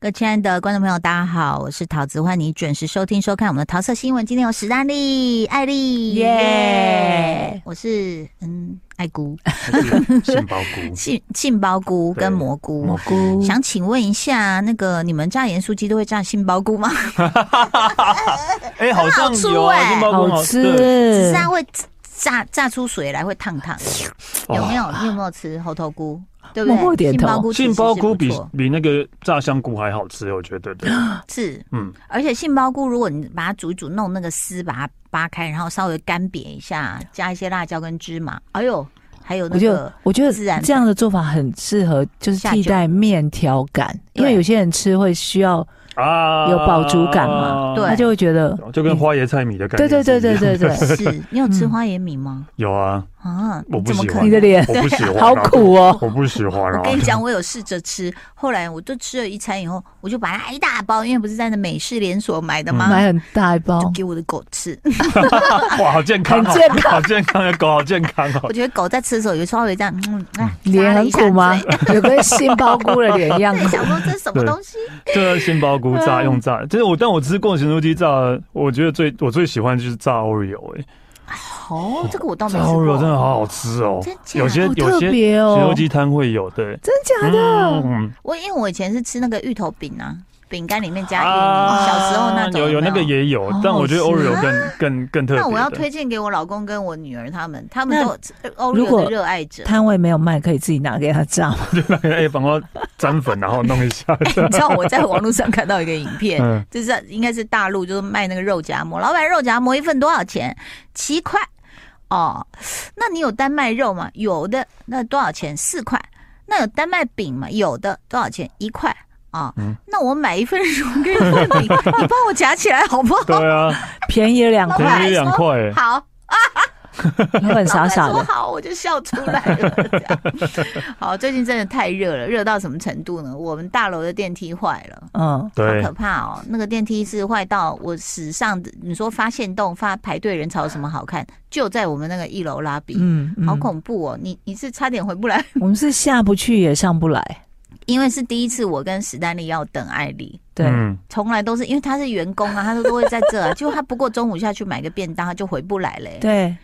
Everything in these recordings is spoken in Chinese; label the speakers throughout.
Speaker 1: 各位亲爱的观众朋友，大家好，我是桃子，欢迎你准时收听收看我们的桃色新闻。今天有史丹利、艾丽，
Speaker 2: 耶
Speaker 1: 我是嗯艾姑、
Speaker 3: 还是 杏鲍菇，
Speaker 1: 杏杏鲍菇跟蘑菇。
Speaker 3: 蘑菇
Speaker 1: 想请问一下，那个你们炸盐酥鸡都会炸杏鲍菇吗？
Speaker 2: 哎，好像有
Speaker 1: 很好吃
Speaker 2: 啊，
Speaker 1: 欸
Speaker 2: 杏鲍菇
Speaker 4: 好吃，
Speaker 2: 对
Speaker 1: 只是啊它会炸炸出水来，会烫烫。
Speaker 3: 哦
Speaker 1: 有没有？你有没有吃猴头菇？对不
Speaker 4: 默默
Speaker 1: 对？
Speaker 4: 点
Speaker 1: 杏
Speaker 4: 头
Speaker 1: 鲍菇其实
Speaker 3: 杏
Speaker 1: 是
Speaker 3: 鲍
Speaker 1: 不
Speaker 3: 菇比
Speaker 1: 错，
Speaker 3: 比那个炸香菇还好吃，我觉得。 对，
Speaker 1: 是
Speaker 3: 嗯，
Speaker 1: 而且杏鲍菇，如果你把它煮一煮，弄那个丝，把它扒开，然后稍微干瘪一下，加一些辣椒跟芝麻。哎呦，还有
Speaker 4: 我
Speaker 1: 那
Speaker 4: 觉
Speaker 1: 个
Speaker 4: 得， 我觉得
Speaker 1: 自然
Speaker 4: 这样的做法很适合，就是
Speaker 1: 下
Speaker 4: 替
Speaker 1: 酒
Speaker 4: 代面条感，因为
Speaker 1: 对
Speaker 4: 有些人吃会需要，
Speaker 3: 啊，哦
Speaker 4: 有饱足感嘛
Speaker 1: 对
Speaker 4: 他就会觉得
Speaker 3: 就跟花椰菜米的感觉
Speaker 4: 对
Speaker 3: 是一
Speaker 4: 对
Speaker 3: 样。
Speaker 4: 对对对对，
Speaker 1: 是，你有吃花椰米吗？
Speaker 3: 有啊，
Speaker 1: 啊，
Speaker 3: 我不
Speaker 1: 怎么
Speaker 3: 喜
Speaker 1: 可
Speaker 3: 欢
Speaker 4: 你的脸
Speaker 3: 我不喜欢啊，
Speaker 4: 好 苦哦。
Speaker 3: 我不喜欢啊
Speaker 1: 我。跟你讲，我有试着吃，后来我就吃了一餐以后，我就把它一大包，因为不是在那美式连锁买的吗？
Speaker 4: 嗯买很大一包
Speaker 1: 就，给我的狗吃。
Speaker 3: 哇，好健康哦，
Speaker 4: 很健康
Speaker 3: 好健康的狗，好健康哦
Speaker 1: 我。觉得狗在吃的时候有稍微这样，嗯，哎，
Speaker 4: 脸
Speaker 1: 扎了
Speaker 4: 很
Speaker 1: 一下
Speaker 4: 苦吗
Speaker 1: 嘴？
Speaker 4: 有跟杏鲍菇的脸一样
Speaker 1: 对，
Speaker 4: 苦
Speaker 1: 想。说这是什么东西？
Speaker 3: 这杏鲍菇炸用炸，
Speaker 4: 嗯
Speaker 3: 就是我，但我吃过咸酥鸡炸，我觉得最我最喜欢就是炸 Oreo，哎，
Speaker 1: 哦，这个我倒没
Speaker 3: 炸
Speaker 1: 吃
Speaker 3: Oreo 真的
Speaker 1: 过。
Speaker 3: 好好吃哦
Speaker 1: 真，假
Speaker 3: 有些
Speaker 4: 好
Speaker 3: 有
Speaker 4: 特
Speaker 3: 些
Speaker 4: 别
Speaker 3: 咸
Speaker 4: 哦
Speaker 3: 酥鸡摊会有，对，
Speaker 4: 真假的？
Speaker 3: 嗯，
Speaker 1: 我因为我以前是吃那个芋头饼啊，饼干里面加芋泥，
Speaker 3: 啊
Speaker 1: 小时候那种
Speaker 3: 有
Speaker 1: 有没
Speaker 3: 那个。也有
Speaker 4: 好，
Speaker 3: 但我觉得
Speaker 4: 哦好啊吃
Speaker 3: Oreo 更更更特别
Speaker 1: 那
Speaker 3: 的。
Speaker 1: 我要 推荐给我老公跟我女儿他们，他们
Speaker 4: 那
Speaker 1: 都呃欧
Speaker 4: 如
Speaker 1: 洲
Speaker 4: 果
Speaker 1: 的热爱者。
Speaker 4: 摊位没有卖，可以自己拿给他炸吗？
Speaker 3: 就那个哎，帮我沾粉，然后弄一 下。
Speaker 1: 哎， 你知道我在网络上看到一个影片，
Speaker 3: 嗯，
Speaker 1: 就是应该是大陆，就是卖那个肉夹馍，老板肉夹馍一份多少钱？七块。哦，那你有单卖肉吗？有的，那多少钱？四块。那有单卖饼吗？有的，多少钱？一块。啊、
Speaker 3: 嗯
Speaker 1: 那我买一份 肉跟一份饼，你帮我夹起来好 不好？
Speaker 3: 对啊，
Speaker 4: 便宜了 两
Speaker 1: 老板
Speaker 4: 块，
Speaker 3: 便宜两块，哎
Speaker 1: 好，
Speaker 4: 老板傻傻
Speaker 1: 老板
Speaker 4: 的
Speaker 1: 说。好，我就笑出来了。这样 好，最近真的太热了，热到什么程度呢？我们大楼的电梯坏了。
Speaker 4: 嗯，
Speaker 3: 对
Speaker 1: 好可，怕哦！那个电梯是坏到我史上的，你说发现洞发排队人潮有什么好看？就在我们那个一楼拉比，
Speaker 4: 嗯，嗯
Speaker 1: 好恐怖哦！你你是差点回不来，
Speaker 4: 我们是下不去也上不来。
Speaker 1: 因为是第一次我跟史丹利要等艾丽，
Speaker 4: 对，
Speaker 3: 嗯，
Speaker 1: 从来都是因为他是员工啊，他都都会在这啊。结果他不过中午下去买个便当，他就回不来嘞、
Speaker 4: 对，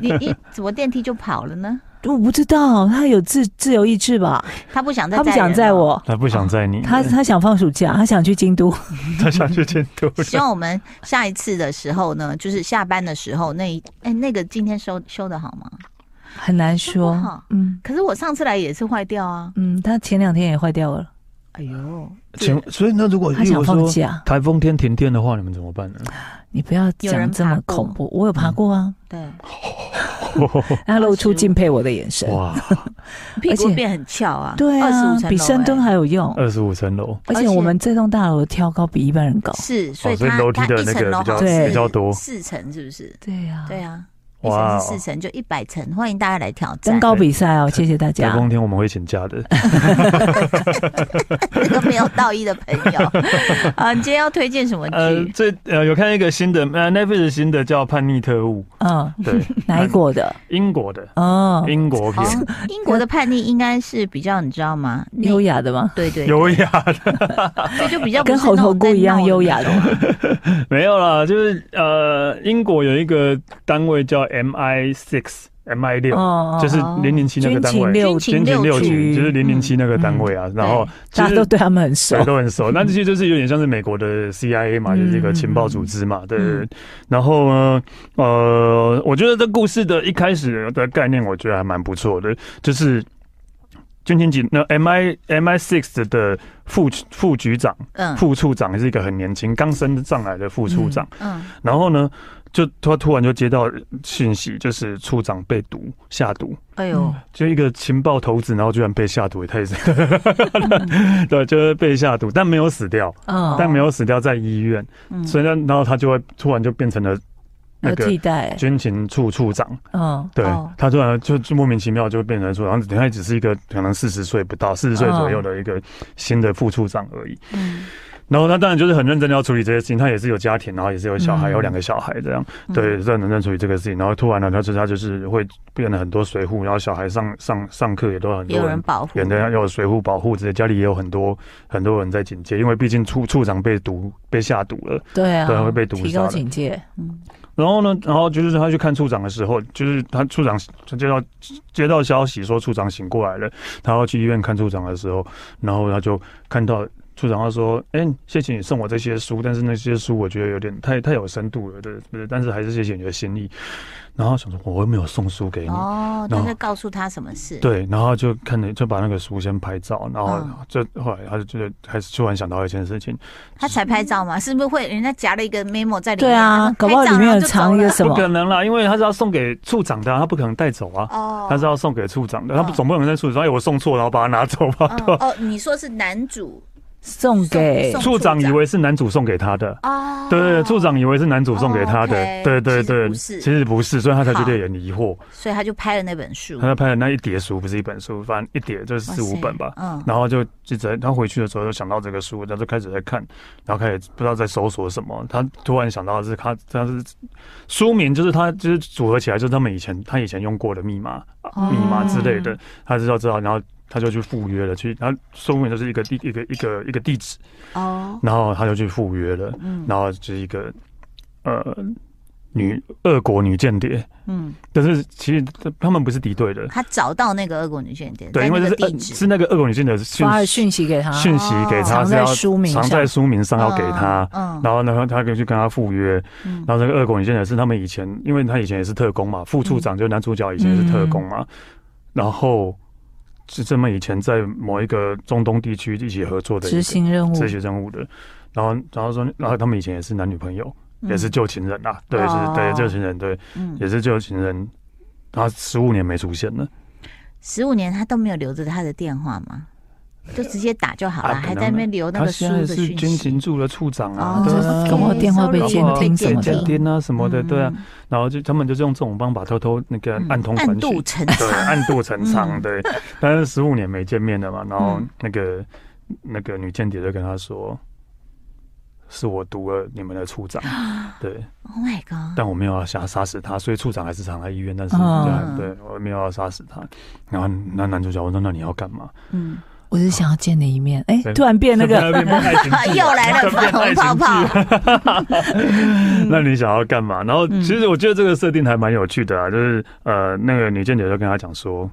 Speaker 1: 你你怎么电梯就跑了呢？
Speaker 4: 我不知道他有自自由意志吧？
Speaker 1: 他不想再
Speaker 4: 他不
Speaker 1: 载
Speaker 4: 想
Speaker 1: 人嗯
Speaker 4: 载
Speaker 1: 了
Speaker 4: 我，
Speaker 3: 他不想载你，
Speaker 4: 哦他他想放暑假，他想去京都。
Speaker 3: 他想去监督。
Speaker 1: 希望我们下一次的时候呢，就是下班的时候那一哎、那个今天修修的好吗？
Speaker 4: 很难说
Speaker 1: 真的哦。
Speaker 4: 嗯
Speaker 1: 可是我上次来也是坏掉啊！
Speaker 4: 嗯，他前两天也坏掉了，
Speaker 1: 哎呦，
Speaker 3: 请，所以那如果
Speaker 4: 他
Speaker 3: 例
Speaker 4: 想
Speaker 3: 如
Speaker 4: 放
Speaker 3: 说
Speaker 4: 假。
Speaker 3: 台风天停电的话，你们怎 么办呢？
Speaker 4: 你不要
Speaker 1: 有人
Speaker 4: 讲这么
Speaker 1: 爬过
Speaker 4: 恐怖，我有爬过啊。
Speaker 1: 对，嗯
Speaker 4: 他露出敬佩我的眼神。
Speaker 3: 哇，
Speaker 1: 屁股
Speaker 4: 而且
Speaker 1: 变很翘啊，
Speaker 4: 对
Speaker 1: 二十
Speaker 4: 啊
Speaker 1: 五层，
Speaker 4: 比深蹲
Speaker 1: 楼哎嗯
Speaker 4: 还有用。
Speaker 3: 二十五层楼，
Speaker 4: 而
Speaker 1: 而且
Speaker 4: 且我们这栋大楼的挑高比一般人高
Speaker 1: 哎。是，所以
Speaker 3: 哦所以
Speaker 1: 它
Speaker 3: 楼梯
Speaker 1: 它
Speaker 3: 的
Speaker 1: 一
Speaker 3: 那个
Speaker 1: 层楼
Speaker 3: 比较
Speaker 1: 好像是
Speaker 4: 比
Speaker 3: 较多
Speaker 1: 四层是不是？
Speaker 4: 对呀
Speaker 1: 对啊，一层
Speaker 3: 哇哦
Speaker 1: 是四层，就一百层，欢迎大家来挑
Speaker 4: 登
Speaker 1: 战。
Speaker 4: 高比赛哦，谢谢大
Speaker 3: 台
Speaker 4: 家。
Speaker 3: 风天我们会请 假的。
Speaker 1: 这个没有道义的朋 友啊，你今天要推荐什么
Speaker 3: 呃，
Speaker 1: 剧？
Speaker 3: 这呃有看一个新的，呃，Netflix 新的叫《叛逆特务
Speaker 4: 嗯，》，
Speaker 3: 对，
Speaker 4: 哪一国的？
Speaker 3: 英国的
Speaker 4: 哦，
Speaker 3: 英国
Speaker 1: 哦
Speaker 3: 片，，
Speaker 1: 英国的叛逆应该是比较，你知道吗？那
Speaker 4: 优雅的吗？
Speaker 1: 对对，
Speaker 3: 优雅
Speaker 1: 对，就比较不
Speaker 4: 跟
Speaker 1: 是那
Speaker 4: 猴
Speaker 1: 种
Speaker 4: 头菇
Speaker 1: 在
Speaker 4: 一样
Speaker 1: 闹的
Speaker 4: 优
Speaker 1: 那
Speaker 4: 雅的
Speaker 1: 种
Speaker 4: 吗？
Speaker 3: 没有啦，就是呃，英国有一个单位叫 M I six、M I 六，
Speaker 4: 哦
Speaker 3: 就是零零七那个单
Speaker 4: 军情
Speaker 3: 位，
Speaker 4: 六
Speaker 1: 军情
Speaker 3: 军
Speaker 1: 六
Speaker 3: 六
Speaker 4: 局
Speaker 3: 局就是零零七那个单位啊。然后其
Speaker 4: 大家
Speaker 3: 实
Speaker 4: 都对他们很熟
Speaker 3: 谁。都很熟。那这些就是有点像是美国的 CIA 嘛，
Speaker 4: 嗯
Speaker 3: 就是一个情报组织嘛，对
Speaker 4: 嗯。
Speaker 3: 然后呢，呃，我觉得这故事的一开始的概念，我觉得还蛮不错的，就是军情警那 MI MI six 的副副局长、
Speaker 1: 嗯
Speaker 3: 副处长是一个很年轻、刚升上来的副处长，
Speaker 1: 嗯
Speaker 3: 然后呢。就他突然就接到讯息，就是处长被毒下毒，
Speaker 1: 哎呦，
Speaker 3: 就一个情报头子，然后居然被下毒，也太神！ 对，就是被下毒，但没有死掉，
Speaker 4: 嗯
Speaker 3: 但没有死掉在医院，
Speaker 1: 哦嗯
Speaker 3: 所以呢，然后他就会突然就变成了那
Speaker 4: 有
Speaker 3: 个
Speaker 4: 替代，
Speaker 3: 军情处处长，
Speaker 4: 嗯
Speaker 3: 对
Speaker 1: 哦
Speaker 3: 他突然就就莫名其妙就变成处长，他只是一个可能四十岁不到、四十岁左右的一个新的副处长而已。
Speaker 1: 嗯
Speaker 3: 然后他当然就是很认真地要处理这些事情，他也是有家庭，然后也是有小孩，
Speaker 4: 嗯
Speaker 3: 有两个小孩这样。
Speaker 1: 嗯
Speaker 3: 对，在能认处理这个事情，然后突然呢，他就是他就是会变得很多随护，然后小孩上上上课也都很
Speaker 1: 有
Speaker 3: 多
Speaker 1: 人
Speaker 3: 人，
Speaker 1: 保护
Speaker 3: 人，家有随护保护之类，家里也有很多很多人在警戒，因为毕竟处处长被毒被下毒了，
Speaker 4: 对啊，
Speaker 3: 对会被毒
Speaker 4: 提
Speaker 3: 杀
Speaker 4: 高
Speaker 3: 的
Speaker 4: 警戒，
Speaker 1: 嗯
Speaker 3: 然后呢，然后就是他去看处长的时候，就是他处长他接到接到消息说处长醒过来了，他要去医院看处长的时候，然后他就看到处长他说：“哎、谢谢你送我这些书，但是那些书我觉得有点太太有深度了，对对，但是还是谢谢你的心意。”然后想说我又没有送书给你。
Speaker 1: 哦，他
Speaker 3: 然后
Speaker 1: 在告诉他什么事？
Speaker 3: 对，然后就看着就把那个书先拍照，然后
Speaker 1: 嗯
Speaker 3: 就后来他就觉得还是突然想到一件事情，
Speaker 1: 他才拍照嘛，是不是会人家夹了一个 memo 在里面？
Speaker 4: 对啊，搞
Speaker 1: 然后
Speaker 4: 不好
Speaker 1: 拍照
Speaker 4: 里面有
Speaker 1: 然后就走
Speaker 4: 藏一个
Speaker 1: 了
Speaker 4: 什
Speaker 3: 不
Speaker 4: 么，
Speaker 3: 可能啦，因为他是要送给处长的啊、他不可能带走啊。
Speaker 1: 哦，
Speaker 3: 他是要送给处长的，他不
Speaker 1: 嗯
Speaker 3: 总不能跟处长说，哎，我送错，然后把它拿走吧。
Speaker 1: 嗯
Speaker 3: 对吧
Speaker 1: 哦，你说是男主
Speaker 4: 送给
Speaker 1: 送
Speaker 3: 处长
Speaker 1: 处长
Speaker 3: 以为是男主送给他的，
Speaker 1: 哦，
Speaker 3: 对对，对处，长以为是男主送给他的
Speaker 1: 哦，OK，，
Speaker 3: 对对对，
Speaker 1: 其实不是
Speaker 3: 其实不是，所以他才觉得有点疑惑。
Speaker 1: 所以他就拍了那本书
Speaker 3: 他，在拍的那一叠书，不是一本书，反正一叠就是四五本吧。
Speaker 1: 哇塞嗯，
Speaker 3: 然后就就在他回去的时候就想到这个书，他就开始在看，然后开始不知道在搜索什么。他突然想到的是他他是书名，就是他就是组合起来，就是他们以前他以前用过的密码、啊
Speaker 1: 哦
Speaker 3: 密码之类的，他知道知道，然后他就去赴约了，去他书名就是一个地一个一个一个地址，
Speaker 1: 哦，
Speaker 3: 然后他就去赴约了，
Speaker 1: 嗯
Speaker 3: 然后就是一个呃女俄国女间谍，
Speaker 1: 嗯，
Speaker 3: 但是其实他们不是敌对的，
Speaker 1: 他找到那个俄国女间谍，
Speaker 3: 对，因为
Speaker 1: 在
Speaker 3: 这
Speaker 1: 那
Speaker 3: 是
Speaker 1: 个地
Speaker 3: 呃
Speaker 1: 址
Speaker 3: 是那个俄国女间谍讯
Speaker 4: 发了讯息
Speaker 1: 哦
Speaker 4: 给他，
Speaker 3: 讯息给他
Speaker 4: 藏
Speaker 3: 是
Speaker 4: 在
Speaker 3: 要
Speaker 4: 书名上
Speaker 3: 藏在书名上要给他，
Speaker 1: 嗯
Speaker 3: 然后呢，他可以去跟他赴约。
Speaker 1: 嗯
Speaker 3: 然后这个恶狗，你现在是他们以前，因为他以前也是特工嘛，副处长就是男主角以前是特工
Speaker 1: 嗯
Speaker 3: 嘛，然后是这么以前在某一个中东地区一起合作的一个
Speaker 4: 执行任务，
Speaker 3: 这些任务的。然后，然后说，然后他们以前也是男女朋友，
Speaker 1: 嗯
Speaker 3: 也是旧情人啊，对，
Speaker 1: 哦
Speaker 3: 是，对，旧情人，对，
Speaker 1: 嗯，
Speaker 3: 也是旧情人。他十五年没出现了，
Speaker 1: 哦十五年他都没有留着他的电话吗？就直接打就好了，
Speaker 3: 啊可
Speaker 1: 还
Speaker 3: 能
Speaker 1: 在那边留那
Speaker 3: 他
Speaker 1: 个书
Speaker 3: 现在
Speaker 1: 的
Speaker 3: 是
Speaker 1: 讯
Speaker 3: 军
Speaker 1: 息。
Speaker 3: 情处的处长啊
Speaker 1: 哦，
Speaker 3: 对啊
Speaker 1: 就是
Speaker 4: 搞不好电话被
Speaker 3: 搞不
Speaker 4: 监
Speaker 3: 好
Speaker 4: 听
Speaker 3: 谁
Speaker 4: 什么
Speaker 3: 监
Speaker 4: 的，
Speaker 3: 听啊什么的，对啊
Speaker 1: 嗯，，
Speaker 3: 然后就他们就是用这种方法偷偷那个
Speaker 1: 嗯
Speaker 3: 暗通
Speaker 1: 暗
Speaker 3: 款
Speaker 1: 度
Speaker 3: 曲，
Speaker 1: 陈
Speaker 3: 对，
Speaker 1: 仓。
Speaker 3: 暗度陈仓，
Speaker 1: 嗯
Speaker 3: 对。但是十五年没见面了嘛，然后
Speaker 1: 嗯
Speaker 3: 那个那个女间谍就跟他说，是我毒了你们的处长，对，
Speaker 1: Oh my god！
Speaker 3: 但我没有要想杀死他，所以处长还是藏在医院，但是
Speaker 4: 嗯
Speaker 3: 对，我没有要杀死他。然后那男主角问说，那你要干嘛？
Speaker 1: 嗯，
Speaker 4: 我只是想要见你一面，哎，
Speaker 3: 对
Speaker 4: 突然变那个，
Speaker 3: 变变爱情剧
Speaker 1: 又来 了粉红泡
Speaker 3: 啊
Speaker 1: 泡。
Speaker 3: 那你想要干嘛？然后其实我觉得这个设定还蛮有趣的啊，就是呃，那个女间谍就跟他讲说，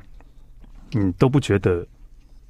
Speaker 3: 你都不觉得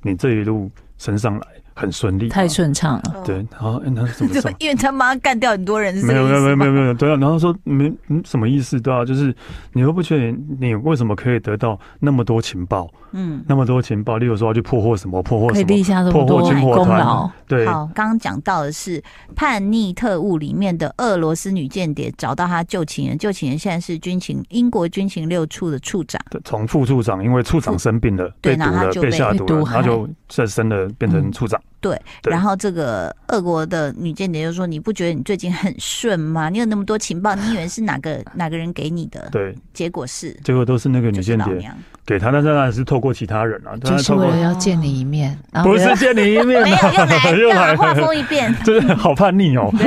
Speaker 3: 你这一路升上来很顺利吗，
Speaker 4: 太顺畅了，
Speaker 3: 对，然后哎，那是怎么
Speaker 1: 哦就
Speaker 3: 上？
Speaker 1: 因为他妈干掉很多人，是
Speaker 3: 没
Speaker 1: 这
Speaker 3: 有
Speaker 1: 个意思
Speaker 3: 没有没有没
Speaker 1: 吗？
Speaker 3: 有没有，对啊，然后说没嗯什么意思对啊，就是你又不确定你为什么可以得到那么多情报，
Speaker 1: 嗯，
Speaker 3: 那么多情报，例如说要去破获什么破获
Speaker 4: 可以
Speaker 3: 什
Speaker 4: 立
Speaker 3: 么，
Speaker 4: 下这么
Speaker 3: 破
Speaker 4: 多
Speaker 3: 获军火
Speaker 4: 功
Speaker 3: 团
Speaker 4: 劳，
Speaker 3: 对，
Speaker 1: 好，刚刚讲到的是《叛逆特务》里面的俄罗斯女间谍找到她旧情人，旧情人现在是军情英国军情六处的处长。
Speaker 3: 对从副处长因为处长生病了，
Speaker 1: 对
Speaker 3: 被毒
Speaker 1: 然后
Speaker 3: 了
Speaker 1: 他，就
Speaker 3: 被
Speaker 1: 被
Speaker 3: 下
Speaker 4: 被
Speaker 3: 毒
Speaker 4: 毒
Speaker 3: 了，然后
Speaker 4: 害
Speaker 3: 就再升了变成
Speaker 4: 嗯
Speaker 3: 处长。
Speaker 1: 对，
Speaker 3: 对
Speaker 1: 然后这个俄国的女间谍就说：“你不觉得你最近很顺吗？你有那么 多情报，你以为是哪个哪个人给你的？
Speaker 3: 对，
Speaker 1: 结果是
Speaker 3: 结果都是那个
Speaker 1: 就
Speaker 3: 女
Speaker 1: 是
Speaker 3: 间
Speaker 1: 老
Speaker 3: 谍，
Speaker 1: 娘。
Speaker 3: 给他，但是当然是透过其他人啊，当
Speaker 5: 就
Speaker 3: 然
Speaker 5: 是
Speaker 3: 透
Speaker 5: 为
Speaker 3: 过
Speaker 5: 了要见你一面，然后
Speaker 3: 不 是见你一面
Speaker 1: 没有，又来，
Speaker 3: 啊，
Speaker 1: 又 来，画
Speaker 3: 了，
Speaker 1: 风一变，
Speaker 3: 真的好叛 逆哦。
Speaker 1: 不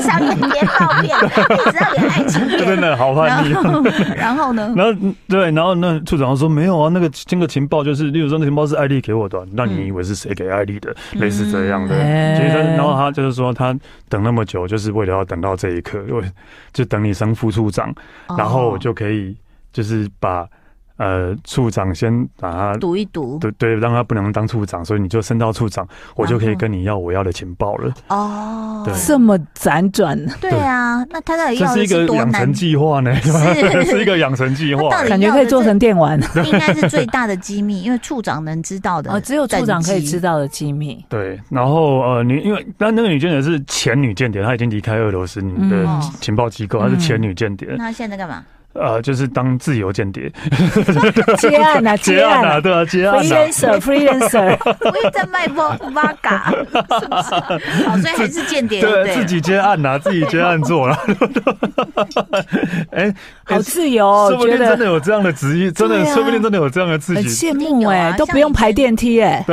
Speaker 1: 想演别爆变，一直要演爱情片，
Speaker 3: 真的好叛逆
Speaker 1: 然。后， 然后呢？
Speaker 3: 然后嗯对， 然后那处长说没有啊，那个那个情报就是，例如说那情报是艾丽给我的啊，那你以为是谁给艾丽的？类似这样的。
Speaker 4: 嗯
Speaker 3: 其实他，然后他就是说，他等那么久，就是为了要等到这一刻，因为就等你升副处长，
Speaker 5: 哦
Speaker 1: 哦
Speaker 3: 然后我就可以就是把呃处长先把他
Speaker 1: 读一读
Speaker 3: 对对，让他不能当处长，所以你就升到处长，我就可
Speaker 1: 嗯
Speaker 3: 以跟你要我要的情报了。
Speaker 1: 哦，
Speaker 3: 对
Speaker 4: 哎这么辗转，
Speaker 1: 对啊，那他到底
Speaker 3: 这
Speaker 1: 要
Speaker 3: 是
Speaker 1: 的
Speaker 3: 一个
Speaker 1: 多
Speaker 3: 养成
Speaker 1: 难？
Speaker 3: 计划呢，
Speaker 1: 是
Speaker 3: 一个养成计划
Speaker 1: 那。到底
Speaker 4: 感觉可以做成电玩
Speaker 1: 应该是最大的机密，因为处长能知道的
Speaker 4: 哦，只有处长可以知
Speaker 1: 道。
Speaker 4: 道的机密。
Speaker 3: 对，然后呃，女因为那那个女间谍是前女间谍，她已经离开俄罗斯的
Speaker 4: 嗯
Speaker 3: 情报机构，她是前女间谍，
Speaker 1: 嗯那他现在在干嘛？
Speaker 3: 呃，就是当自由间谍
Speaker 4: 接案 啊，
Speaker 3: 结
Speaker 4: 接
Speaker 3: 案
Speaker 4: 案
Speaker 3: 啊，
Speaker 4: 啊
Speaker 3: 对啊，结案啊，
Speaker 4: ，freelancer，freelancer，
Speaker 1: 我也在卖 v 巴嘎，是不是？好，所以还是间谍，对
Speaker 3: 对
Speaker 1: 了
Speaker 3: 自己接案呐、自己接案做啊了。哎、
Speaker 4: 好自由哦
Speaker 3: 说，不
Speaker 4: 觉
Speaker 3: 定真
Speaker 4: 得
Speaker 3: 的有这样的职业，真的、
Speaker 1: 对啊
Speaker 3: 说不定真的有这样的自
Speaker 4: 很
Speaker 3: 己。
Speaker 4: 羡
Speaker 1: 一定
Speaker 4: 慕
Speaker 1: 有
Speaker 4: 哎
Speaker 1: 啊，
Speaker 4: 都不用排电梯哎。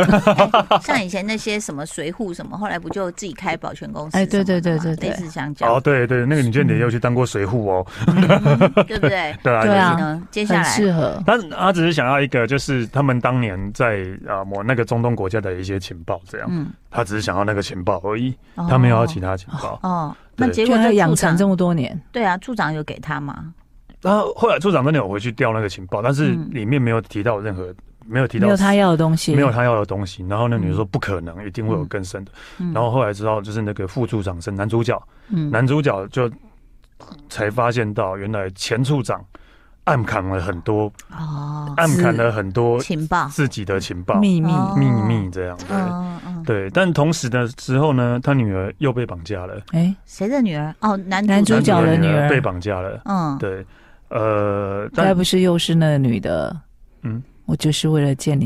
Speaker 1: 像以前那些什么随护什么，后来不就自己开保全公司？
Speaker 5: 哎对对对对对
Speaker 1: 类似像这
Speaker 3: 哦，
Speaker 1: 样，
Speaker 3: 对对，那个女间谍又去当过水户哦，
Speaker 1: 对不嗯对？
Speaker 3: 对啊，
Speaker 5: 对啊
Speaker 1: 所以呢，接下
Speaker 5: 很
Speaker 1: 来
Speaker 5: 适合。
Speaker 3: 他他只是想要一个，就是他们当年在啊某那个中东国家的一些情报，这样，
Speaker 1: 嗯，
Speaker 3: 他只是想要那个情报而已，
Speaker 1: 哦
Speaker 3: 他没有要其他情报。
Speaker 1: 哦，
Speaker 3: 对
Speaker 1: 那结
Speaker 4: 就
Speaker 1: 果
Speaker 4: 他
Speaker 1: 就
Speaker 4: 养
Speaker 1: 处
Speaker 4: 成
Speaker 1: 长
Speaker 4: 这么多年，
Speaker 1: 对啊，处长有给他吗？
Speaker 3: 然后后来处长真的有回去调那个情报，但是
Speaker 1: 嗯
Speaker 3: 里面没有提到任何，没有提
Speaker 4: 没
Speaker 3: 到
Speaker 4: 有他要的东西，
Speaker 3: 没有他要的东西。然后那女的说不可能，一定会有更深的。
Speaker 1: 嗯
Speaker 3: 然后后来知道就是那个副处长是男主角，
Speaker 1: 嗯
Speaker 3: 男主角就才发现到原来前处长暗砍了很多，
Speaker 1: 哦，
Speaker 3: 暗砍了很多
Speaker 1: 情报，
Speaker 3: 自己的情报
Speaker 4: 秘密。
Speaker 1: 哦
Speaker 3: 秘密这样对。
Speaker 1: 嗯嗯，
Speaker 3: 对，但同时的时候呢，他女儿又被绑架了，
Speaker 4: 哎，
Speaker 1: 谁的女儿？哦，男
Speaker 4: 男主角的
Speaker 3: 男
Speaker 4: 女儿哦
Speaker 3: 被绑架了。
Speaker 1: 嗯，
Speaker 3: 对，呃，
Speaker 4: 该
Speaker 3: 但
Speaker 4: 不是又是那个女的？
Speaker 3: 嗯，
Speaker 4: 我就是为了 见你，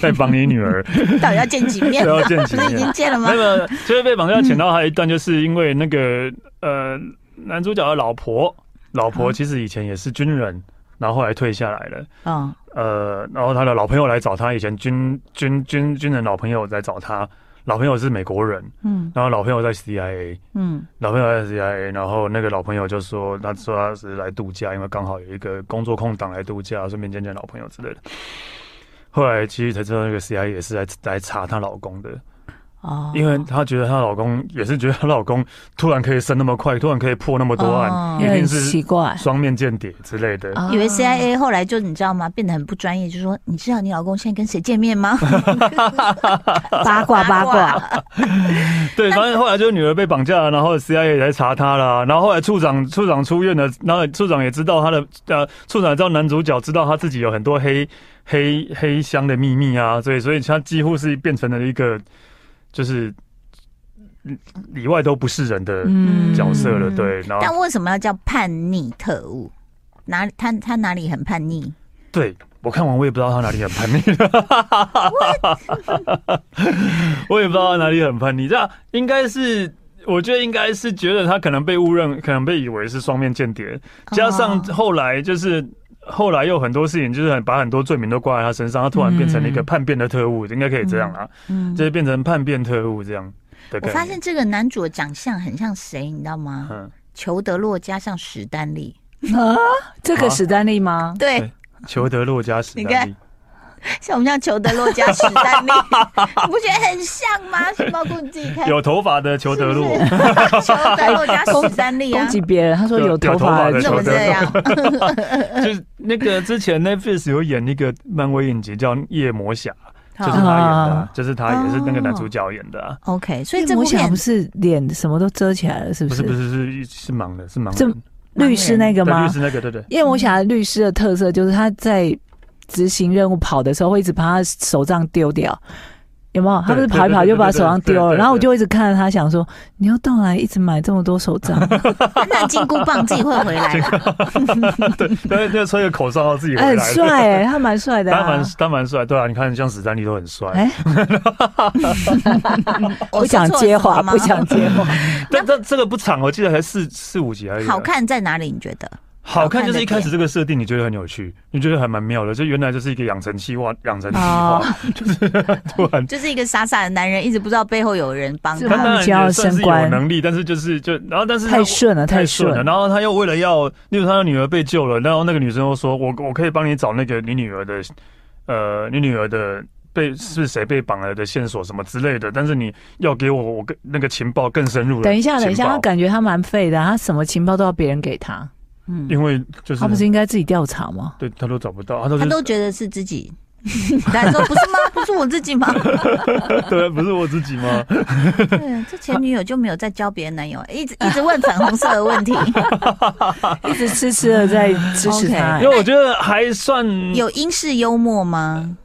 Speaker 3: 在绑你女 儿，
Speaker 1: 到底要见几面
Speaker 3: 不？要见几
Speaker 1: 不是已
Speaker 3: 面
Speaker 1: 经。见了吗
Speaker 3: 那？个就是被绑架前，然后还有一段就是因为那个呃男主角的老婆，老
Speaker 4: 嗯
Speaker 3: 婆其实以前也是军人，然后后来退下来了。
Speaker 1: 嗯，
Speaker 3: 呃，然后他的老朋友来找他，以前军军军军人老朋友来找他，老朋友是美国人，
Speaker 1: 嗯
Speaker 3: 然后老朋友在 CIA，
Speaker 1: 嗯
Speaker 3: 老朋友在 CIA，然后那个老朋友就说，他说他是来度假，因为刚好有一个工作空档来度假，顺便见见老朋友之类的。后来其实才知道，那个 CIA 也是来来查她老公的，
Speaker 1: 哦
Speaker 3: 因为她觉得她老公也是觉得她老公突然可以生那么快，突然可以破那么多
Speaker 1: 哦
Speaker 3: 案，一
Speaker 4: 很
Speaker 3: 定
Speaker 4: 奇
Speaker 3: 是
Speaker 4: 怪。
Speaker 3: 双面间谍之类的。
Speaker 1: 以为 CIA 后来就你知道吗？变得很不专业，就说你知道你老公现在跟谁见面 吗？
Speaker 3: 啊
Speaker 4: 八卦哦八卦，
Speaker 3: 对，反正后来就是女儿被绑架了，然后 CIA 也来查她啦，然后后来处长处长出院了，然后处长也知道她的呃，处长也知道男主角知道他自己有很多黑黑黑箱的秘密啊，所以所以他几乎是变成了一个就是嗯里外都不是人的
Speaker 4: 嗯
Speaker 3: 角色了，对，然
Speaker 1: 但
Speaker 3: 后
Speaker 1: 为什么要叫叛逆特务？哪里他他哪里很叛逆？
Speaker 3: 对。我看完我也不知道他哪里很叛逆，我也不知道他哪里很叛逆。这样应该是，我觉得应该是觉得他可能被误认，可能被以为是双面间谍，加上
Speaker 1: 哦
Speaker 3: 后来就是后来有很多事情，就是很把很多罪名都挂在他身上，他突然变成了一个叛变的特务，应该可以这样啦，
Speaker 1: 嗯
Speaker 3: 就是变成叛变特务这样的
Speaker 1: 我
Speaker 3: 概念。
Speaker 1: 发现这个男主的长相很像谁，你知道吗？
Speaker 3: 嗯，
Speaker 1: 裘德洛加上史丹利，
Speaker 4: 这个史丹利吗？
Speaker 1: 对
Speaker 3: 对，裘德洛加史
Speaker 1: 你
Speaker 3: 丹
Speaker 1: 看
Speaker 3: 利，
Speaker 1: 像我们像裘德洛加史丹 利，你不觉得很像吗？是包括你自己看，
Speaker 3: 有头发的裘德洛，
Speaker 1: 裘德洛加史丹利
Speaker 4: 攻
Speaker 1: 啊，
Speaker 4: 击别人，他说
Speaker 3: 有
Speaker 4: 有头
Speaker 3: 有头发
Speaker 4: 发
Speaker 3: 的
Speaker 1: 怎么
Speaker 3: 裘德
Speaker 1: 这
Speaker 3: 洛
Speaker 1: 样？
Speaker 3: 就是那个之前 Netflix 有演那个漫威影集叫《夜魔侠》，
Speaker 1: 好
Speaker 3: 就是他演的啊，就是他也是那个
Speaker 1: 哦
Speaker 3: 男主角演的啊。
Speaker 1: OK，所以
Speaker 4: 对，
Speaker 1: 这部
Speaker 4: 我 想
Speaker 1: 片
Speaker 4: 不是脸什么都遮起来了，是
Speaker 3: 不
Speaker 4: 不
Speaker 3: 是
Speaker 4: 是？
Speaker 3: 不是是是盲的，是盲
Speaker 4: 这
Speaker 3: 的，
Speaker 4: 律师那个
Speaker 3: 对，
Speaker 4: 吗
Speaker 3: 律？师那个，对 对，
Speaker 4: 夜魔侠律师的特色就是他在执行任务跑的时候，会一直把他手杖丢掉。有没有？他不是跑一跑就把手杖丢了，然后我就一直看着他，想说你又到来一直买这么多手 杖，哎
Speaker 1: 那金箍棒自己会回来啦，
Speaker 3: 对对，吹个口哨然后自己回
Speaker 4: 哎
Speaker 3: 来
Speaker 4: 很
Speaker 3: 了，
Speaker 4: 帅哎，他蛮帅的
Speaker 3: 他
Speaker 4: 啊
Speaker 3: 蛮。他蛮帅，对啊，你看像史丹利都很帅，
Speaker 4: 哎，不想接话，不想接话。
Speaker 3: 但这这个不长，我记得才四四五集而已啊。
Speaker 1: 好看在哪里？你觉得？
Speaker 3: 好看就是一开始这个设定，你觉得很有趣，你觉得还蛮妙的。这原来就是一个养成计划，养成计划
Speaker 4: 哦，
Speaker 3: 突然。
Speaker 1: 就是一个傻傻的男人，一直不知道背后有人帮
Speaker 4: 是吗
Speaker 3: 他
Speaker 1: 他。
Speaker 3: 当然也算是
Speaker 4: 他们家要
Speaker 3: 有
Speaker 4: 升官
Speaker 3: 能力，但是就是就然后但是他
Speaker 4: 太顺了，
Speaker 3: 太
Speaker 4: 顺
Speaker 3: 顺了，然后他又为了要，例如他的女儿被救了，然后那个女生又说：“我我可以帮你找那个你女儿的，呃，你女儿的被是谁被绑了的线索什么之类的。”但是你要给我我跟那个情报更深入的。
Speaker 4: 等一下，等一下，他
Speaker 3: 他
Speaker 4: 感觉他蛮废的，他什么情报都要别人给他，
Speaker 1: 嗯，
Speaker 3: 因为就是
Speaker 4: 他不是应该自己调查吗？
Speaker 3: 对他都找不到，他都
Speaker 1: 他
Speaker 3: 是
Speaker 1: 都觉得是自己。 他说：“不是吗？不是我自己吗？
Speaker 3: 对，不是我自己 吗？
Speaker 1: 对，啊这前女友就没有再交别的男友，一直一直问粉红色的问题，
Speaker 4: 一直痴痴的在支持他哎
Speaker 1: OK
Speaker 3: 因，为我觉得还算
Speaker 1: 有英式幽默吗？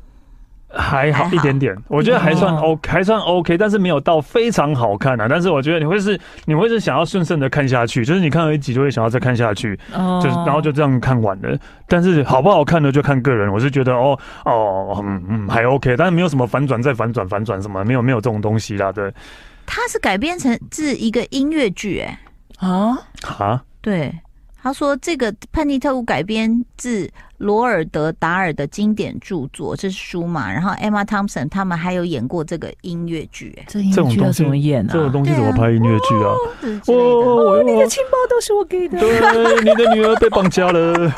Speaker 3: 还
Speaker 1: 还
Speaker 3: 好
Speaker 1: 好
Speaker 3: 一点点，我觉得还算
Speaker 4: 哦
Speaker 3: O 还算 OK，但是没有到非常好看啊。但是我觉得你会是你会是想要顺顺的看下去，就是你看了一集就会想要再看下去，
Speaker 4: 哦
Speaker 3: 就是然后就这样看完了。但是好不好看呢，就看个人。我是觉得哦哦嗯嗯还 OK，但是没有什么反转再反转反转什么，没有没有这种东西啦。对
Speaker 1: 他是改编成自一个音乐剧，哎，
Speaker 4: 啊，
Speaker 3: 啊，
Speaker 1: 对，他说这个《叛逆特务》改编自罗尔德·达尔的经典著作，这是书嘛？然后 Emma Thompson 他们还有演过这个音乐剧，哎，
Speaker 4: 这音
Speaker 3: 这种
Speaker 4: 乐剧
Speaker 3: 东
Speaker 4: 要
Speaker 3: 西
Speaker 4: 怎么演啊？
Speaker 3: 这种东西怎么拍音乐剧啊？
Speaker 1: 这之
Speaker 3: 哦
Speaker 1: 类的。
Speaker 3: 我
Speaker 4: 你的
Speaker 3: 我
Speaker 4: 情报都是我给的。
Speaker 3: 对，你的女儿被绑架了。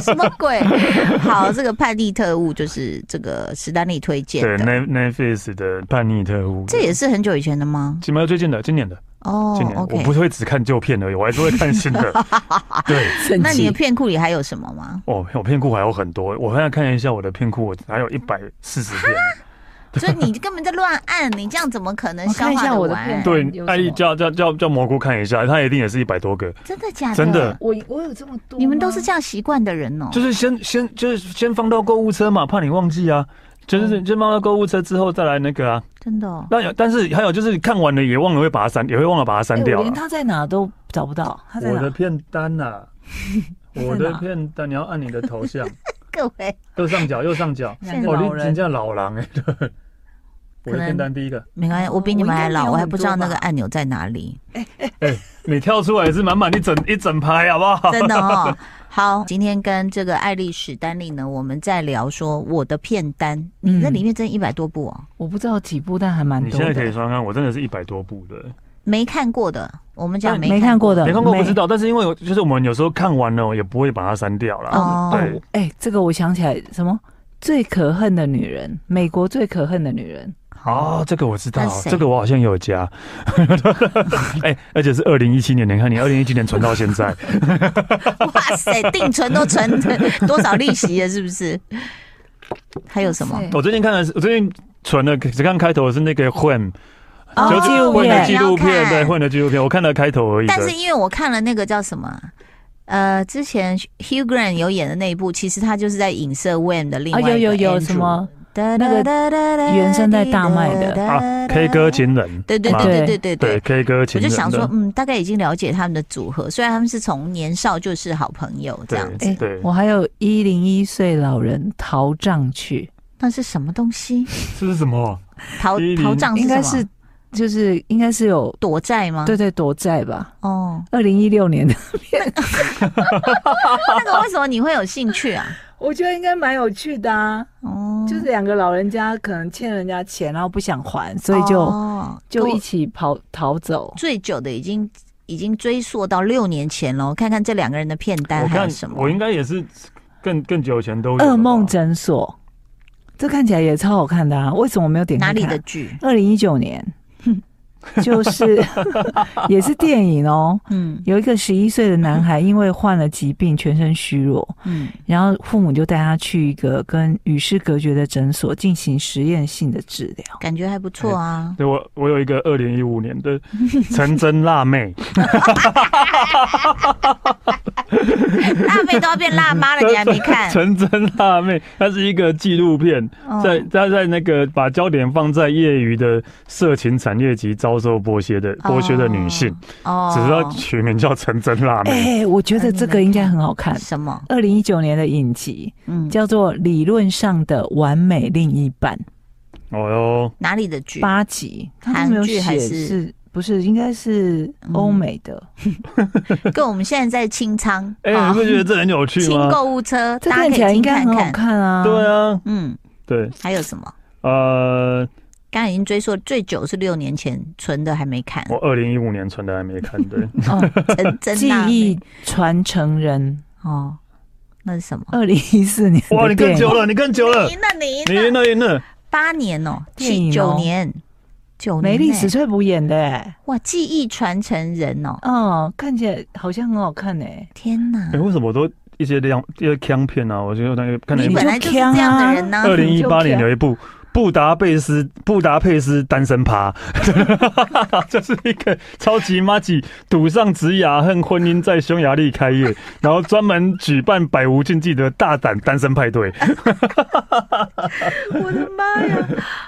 Speaker 1: 什么鬼？ 好，这个《叛逆特务》就是这个史丹利推荐
Speaker 3: 对
Speaker 1: 的，
Speaker 3: ，Net Netflix 的叛逆特务，
Speaker 1: 这也是很久以前的吗？
Speaker 3: 几蛮最近的，今年的。
Speaker 1: 哦
Speaker 3: 今年、我不
Speaker 1: ，OK。
Speaker 3: 会只看旧片而已，我还是会看新的。对，
Speaker 4: 神
Speaker 1: 那你
Speaker 4: 奇
Speaker 1: 的片库里还有什么吗？
Speaker 3: 哦，我片库还有很多，我现在看一下我的片库，我还有一百四十片。
Speaker 1: 所以你根本在乱按，你这样怎么可能
Speaker 4: 我
Speaker 1: 消
Speaker 4: 看一
Speaker 1: 化
Speaker 4: 下
Speaker 1: 得
Speaker 4: 我的
Speaker 1: 完
Speaker 4: 片？
Speaker 3: 对
Speaker 4: 有什，么
Speaker 3: 哎，叫叫叫叫蘑菇看一下，它一定也是一百多个。
Speaker 1: 真的假的？
Speaker 3: 真的，
Speaker 4: 我我有这么多吗，
Speaker 1: 你们都是这样习惯的人哦。
Speaker 3: 就是先先就是先放到购物车嘛，怕你忘记啊。就是
Speaker 4: 嗯
Speaker 3: 先放到购物车之后再来那个啊。
Speaker 1: 真的哦。
Speaker 3: 那有，但是还有就是看完了也忘了会把它删，也会忘了把它
Speaker 4: 哎
Speaker 3: 删
Speaker 4: 我
Speaker 3: 掉了
Speaker 4: 连。他在哪都找不到，他在
Speaker 3: 我的
Speaker 4: 哪？
Speaker 3: 片 单啊，我
Speaker 4: 在
Speaker 3: 的
Speaker 4: 哪
Speaker 3: 片单，你要按你的头像，
Speaker 1: 各位
Speaker 3: 右上角，右上角。
Speaker 4: 两
Speaker 1: 是
Speaker 4: 个
Speaker 3: 哦，
Speaker 4: 老
Speaker 3: 你真
Speaker 4: 人，
Speaker 3: 叫老狼哎、 对。我的
Speaker 1: 能
Speaker 3: 片单第一个，
Speaker 1: 没关系，哦我比你们还老，
Speaker 4: 我应该没有
Speaker 1: 我还不知道
Speaker 4: 很多
Speaker 1: 那
Speaker 4: 吧
Speaker 1: 个按钮在哪里。
Speaker 3: 你跳出来也是满满一整一整排，好不 好？
Speaker 1: 真的哦。好，今天跟这个艾丽史丹利呢，我们在聊说我的片单，
Speaker 4: 嗯
Speaker 1: 你那里面真一百多部哦，
Speaker 4: 我不知道几部，但还蛮
Speaker 3: 你
Speaker 4: 多
Speaker 3: 现在可以
Speaker 4: 的。
Speaker 3: 说看，我真的是一百多部的，
Speaker 1: 没看过的，我们讲
Speaker 4: 嗯没看过的
Speaker 3: 没看过
Speaker 4: 没
Speaker 3: 不知道，但是因为我就是我们有时候看完了也不会把它删掉啦。
Speaker 1: 哦
Speaker 3: 对，
Speaker 4: 哎，这个我想起来，什么最可恨的女人？美国最可恨的女人，
Speaker 3: 哦，这个我知道
Speaker 1: 那，谁
Speaker 3: 这个我好像 有加，哎，而且是二零一七年，你看你二零一七年存到现 在，
Speaker 1: 哇 塞，定存都存 多少利息了，是不是？还有什么？
Speaker 4: 哇塞
Speaker 3: 我最近看的是，我最近存了，只看开头是那个混，
Speaker 1: 哦
Speaker 3: 就是
Speaker 4: 纪录
Speaker 3: 混的
Speaker 4: 片
Speaker 3: 纪录片，对，
Speaker 1: 要看
Speaker 3: 混的纪录片，我看了开头而已的。
Speaker 1: 但是因为我看了那个叫什么？呃，之前 Hugh Grant 有演的那一部，其实他就是在影射 Wham 的另
Speaker 4: 啊，
Speaker 1: 外一个
Speaker 4: 有有有
Speaker 1: Andrew
Speaker 4: 什么？
Speaker 1: 那
Speaker 4: 那个原声带大卖的
Speaker 3: 啊，K 歌情人，
Speaker 1: 呃对对
Speaker 3: 嘛
Speaker 1: 对对
Speaker 4: 对
Speaker 1: 对对对。
Speaker 3: 对 K 歌情
Speaker 1: 我就
Speaker 3: 人的，
Speaker 1: 想说，嗯，大概已经了解他们的组合，虽然他们是从年少就是好朋友这样子，
Speaker 3: 对
Speaker 4: 哎
Speaker 3: 对，
Speaker 4: 我还有一零一岁老人逃账去，
Speaker 1: 那是什么东西？
Speaker 3: 这是什么？
Speaker 1: 逃
Speaker 3: 一零
Speaker 1: 逃账
Speaker 4: 应
Speaker 1: 哦什
Speaker 4: 该
Speaker 1: 么啊
Speaker 4: 是就是应该是有
Speaker 1: 躲债吗？
Speaker 4: 对对躲债吧，
Speaker 1: 哦，
Speaker 4: 二零一六年的，
Speaker 1: 那个为什么你会有兴趣啊？
Speaker 4: 我觉得应该蛮有趣的啊。
Speaker 1: 哦，
Speaker 4: 就是两个老人家可能欠人家钱，然后不想还，所以就、
Speaker 1: 哦
Speaker 4: 就一
Speaker 1: 躲
Speaker 4: 起跑逃走。
Speaker 1: 最久的已经已经追溯到六年前喽。看看这两个人的片单
Speaker 3: 我
Speaker 1: 还有
Speaker 3: 看
Speaker 1: 什么？
Speaker 3: 我应该也是更更久以前都有了吧
Speaker 4: 噩梦诊所，这看起来也超好看的啊！为什么我没有点开
Speaker 1: 哪
Speaker 4: 看
Speaker 1: 里的？剧？
Speaker 4: 二零一九年，就是 也是电影哦。
Speaker 1: 嗯
Speaker 4: 有一个十一岁的男孩，因为患了疾病，全身虚弱，
Speaker 1: 嗯，
Speaker 4: 然后父母就带他去一个跟与世隔绝的诊所进行实验性的治疗。
Speaker 1: 感觉还不错啊。
Speaker 3: 对我我有一个二零一五年 的陈真辣妹，哎
Speaker 1: 辣妹都要变辣妈了，你还没 看？
Speaker 3: 陈真辣妹，它是一个纪录片，
Speaker 1: 嗯哦
Speaker 3: 在它在那个把焦点放在业余的色情产业及遭受剥削的剥削的女性，
Speaker 1: 哦，
Speaker 3: 只是它取名叫陈真辣妹。
Speaker 4: 哎、我觉得这个应该很好看。
Speaker 1: 什么？
Speaker 4: 二零一九年的影集，
Speaker 1: 嗯，
Speaker 4: 叫做《理论上的完美另一半》
Speaker 3: 哦哟，
Speaker 1: 哪里的剧？
Speaker 4: 八集，它
Speaker 1: 韩
Speaker 4: 没有
Speaker 1: 剧还是
Speaker 4: 写
Speaker 1: 嗯
Speaker 4: 是不是，应该是欧美的。
Speaker 1: 跟我们现在在清仓，
Speaker 3: 哎、
Speaker 1: 啊
Speaker 3: 你不觉得这很有趣
Speaker 1: 清
Speaker 3: 吗？
Speaker 1: 购物车，
Speaker 4: 这
Speaker 1: 大家
Speaker 4: 看
Speaker 1: 可
Speaker 4: 起来
Speaker 1: 以
Speaker 4: 应
Speaker 1: 进
Speaker 4: 该
Speaker 1: 看
Speaker 4: 很好
Speaker 1: 看。
Speaker 4: 看啊。
Speaker 3: 对啊，
Speaker 1: 嗯，
Speaker 3: 对，
Speaker 1: 还有什么？
Speaker 3: 呃，
Speaker 1: 刚才已经追溯最久是六年前存的，还没看，
Speaker 3: 我二零一五年存的还没看， 对，
Speaker 4: 哦，
Speaker 1: 真真
Speaker 4: 记
Speaker 1: 纳
Speaker 4: 忆
Speaker 1: 闷
Speaker 4: 传承人，
Speaker 1: 哦，那是什么？
Speaker 4: 二零一四年
Speaker 3: 哇，
Speaker 4: 的
Speaker 3: 你更
Speaker 4: 电
Speaker 3: 久
Speaker 4: 影，
Speaker 3: 了，你更久了
Speaker 1: 你，呢？你
Speaker 3: 你赢
Speaker 1: 呢？
Speaker 3: 了，赢了，
Speaker 1: 八年哦，
Speaker 4: 电影
Speaker 1: 七
Speaker 4: 哦
Speaker 1: 九年，九年
Speaker 4: 梅丽
Speaker 1: 欸
Speaker 4: 史翠普演的、欸，
Speaker 1: 哇，记忆传承人哦，
Speaker 4: 哦，看起来好像很好看哎、
Speaker 1: 天哪
Speaker 3: 哎、！为什么我都一些这样一些枪片啊？我就那个看了一
Speaker 1: 你
Speaker 3: 部
Speaker 1: 本来就是这样的人呐、
Speaker 3: 二零一八年
Speaker 4: 啊就
Speaker 3: 有一部《布达佩斯布达佩斯单身趴》，就是一个超级妈吉赌上职涯恨婚姻在匈牙利开业， 然后专门举办百无禁忌的大胆单身派对。
Speaker 1: 我的妈呀！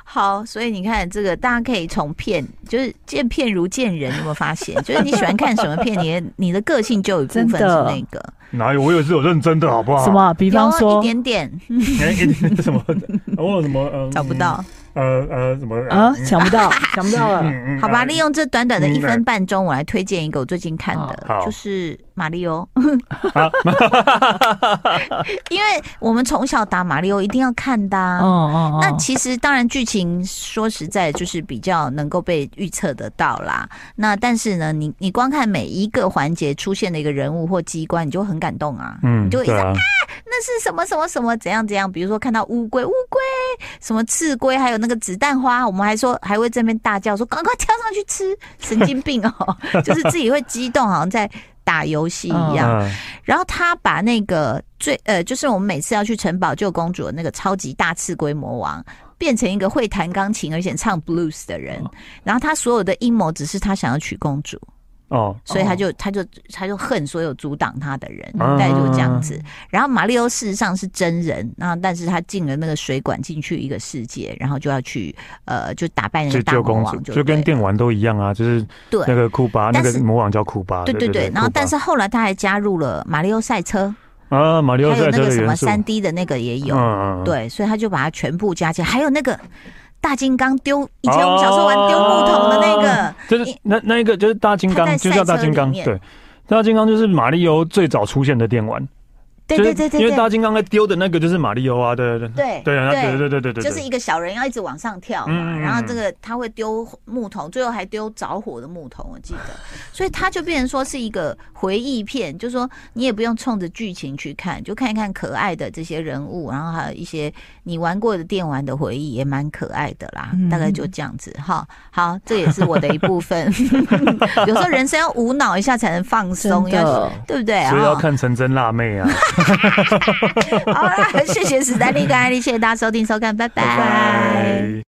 Speaker 1: 好，所以你看这个，大家可以从片，就是见片如见人，有没有发 现？就是你喜欢看什么片，你的你的个性就有一部分
Speaker 4: 真
Speaker 1: 是
Speaker 4: 的
Speaker 1: 那个，
Speaker 3: 哪有我有是有认真的好不好？
Speaker 4: 什么啊？比
Speaker 1: 比
Speaker 4: 方
Speaker 1: 一
Speaker 4: 说，
Speaker 1: 点点 嗯
Speaker 3: 哎？一点 什么？我有什么？呃、
Speaker 1: 找不到，
Speaker 3: 呃。呃什么？呃
Speaker 4: 啊，想 不到，想不到了。
Speaker 3: 嗯嗯
Speaker 1: 好吧？
Speaker 3: 呃
Speaker 1: 利用这短短的
Speaker 3: 嗯
Speaker 1: 一分半钟，我来推荐一个我最近看
Speaker 3: 好
Speaker 1: 的，
Speaker 3: 好
Speaker 1: 就是《马里奥》，
Speaker 3: 啊，
Speaker 1: 因为我们从小打马里奥一定要看的、啊。
Speaker 4: 哦哦哦，
Speaker 1: 那其实当然，剧情说实在就是比较能够被预测得到啦。那但是呢，你你光看每一个环节出现的一个人物或机关，你就很感动啊。
Speaker 3: 嗯，
Speaker 1: 你就一直
Speaker 3: 对啊，
Speaker 1: 那是什么什么什么怎样怎样？比如说看到乌龟，乌龟什么刺龟，还有那个子弹花，我们还说还会这边大叫说赶快跳上去吃，神经病 哦，就是自己会激动，好像在打游戏一样。
Speaker 3: 嗯
Speaker 1: 然后他把那个最呃，就是我们每次要去城堡救公主的那个超级大刺龟魔王，变成一个会弹钢琴而且唱 blues 的人。然后他所有的阴谋只是他想要娶公主，
Speaker 3: 哦，
Speaker 1: 所以他就他就他就恨所有阻挡他的人，
Speaker 3: 嗯
Speaker 1: 大概就是这样子。然后马里奥事实上是真人，那但是他进了那个水管进去一个世界，然后就要去呃就打败那
Speaker 3: 就
Speaker 1: 个大
Speaker 3: 救
Speaker 1: 魔
Speaker 3: 公
Speaker 1: 王
Speaker 3: 主，
Speaker 1: 对了，
Speaker 3: 就跟电玩都一样啊，就是
Speaker 1: 对
Speaker 3: 那个库巴，那
Speaker 1: 但
Speaker 3: 个
Speaker 1: 是
Speaker 3: 魔王叫库巴，
Speaker 1: 对对
Speaker 3: 对
Speaker 1: 对。然后
Speaker 3: 库巴
Speaker 1: 但是后来他还加入了马里奥赛车，
Speaker 3: 啊，马里奥
Speaker 1: 还有
Speaker 3: 赛
Speaker 1: 那
Speaker 3: 车
Speaker 1: 个
Speaker 3: 的
Speaker 1: 什么
Speaker 3: 元素，
Speaker 1: 三 D 的那个也有。
Speaker 3: 嗯，
Speaker 1: 对，所以他就把它全部加起来，还有那个大金刚丢，以前我们小时候玩丢木桶的那
Speaker 3: 哦
Speaker 1: 个，
Speaker 3: 就是那那一个就是大金
Speaker 1: 他
Speaker 3: 刚，
Speaker 1: 在
Speaker 3: 就叫大
Speaker 1: 赛
Speaker 3: 金
Speaker 1: 车里
Speaker 3: 刚，
Speaker 1: 面
Speaker 3: 对。大金刚就是马里奥最早出现的电玩，
Speaker 1: 对对对
Speaker 3: 就是因
Speaker 1: 对
Speaker 3: 为
Speaker 1: 对
Speaker 3: 大金刚在丢的那个就是马里奥啊，对对对
Speaker 1: 对
Speaker 3: 对啊，对对对对对，
Speaker 1: 就是一个小人要一直往上跳嘛，
Speaker 3: 嗯嗯嗯
Speaker 1: 然后这个他会丢木桶，最后还丢着火的木桶，我记得， 所以他就变成说是一个回忆片，就说你也不用冲着剧情去看，就看一看可爱的这些人物，然后还有一些你玩过的电玩的回忆，也蛮可爱的啦，
Speaker 4: 嗯
Speaker 1: 大概就这样子哈。好，这也是我的一部分。 有时候人生要无脑一下才能放松，
Speaker 4: 真
Speaker 1: 要
Speaker 4: 的，
Speaker 1: 对不对啊？
Speaker 3: 所以要看成真辣妹啊，
Speaker 1: 好啦，谢谢史丹利跟艾丽，谢谢大家收听收看，拜拜
Speaker 3: 拜。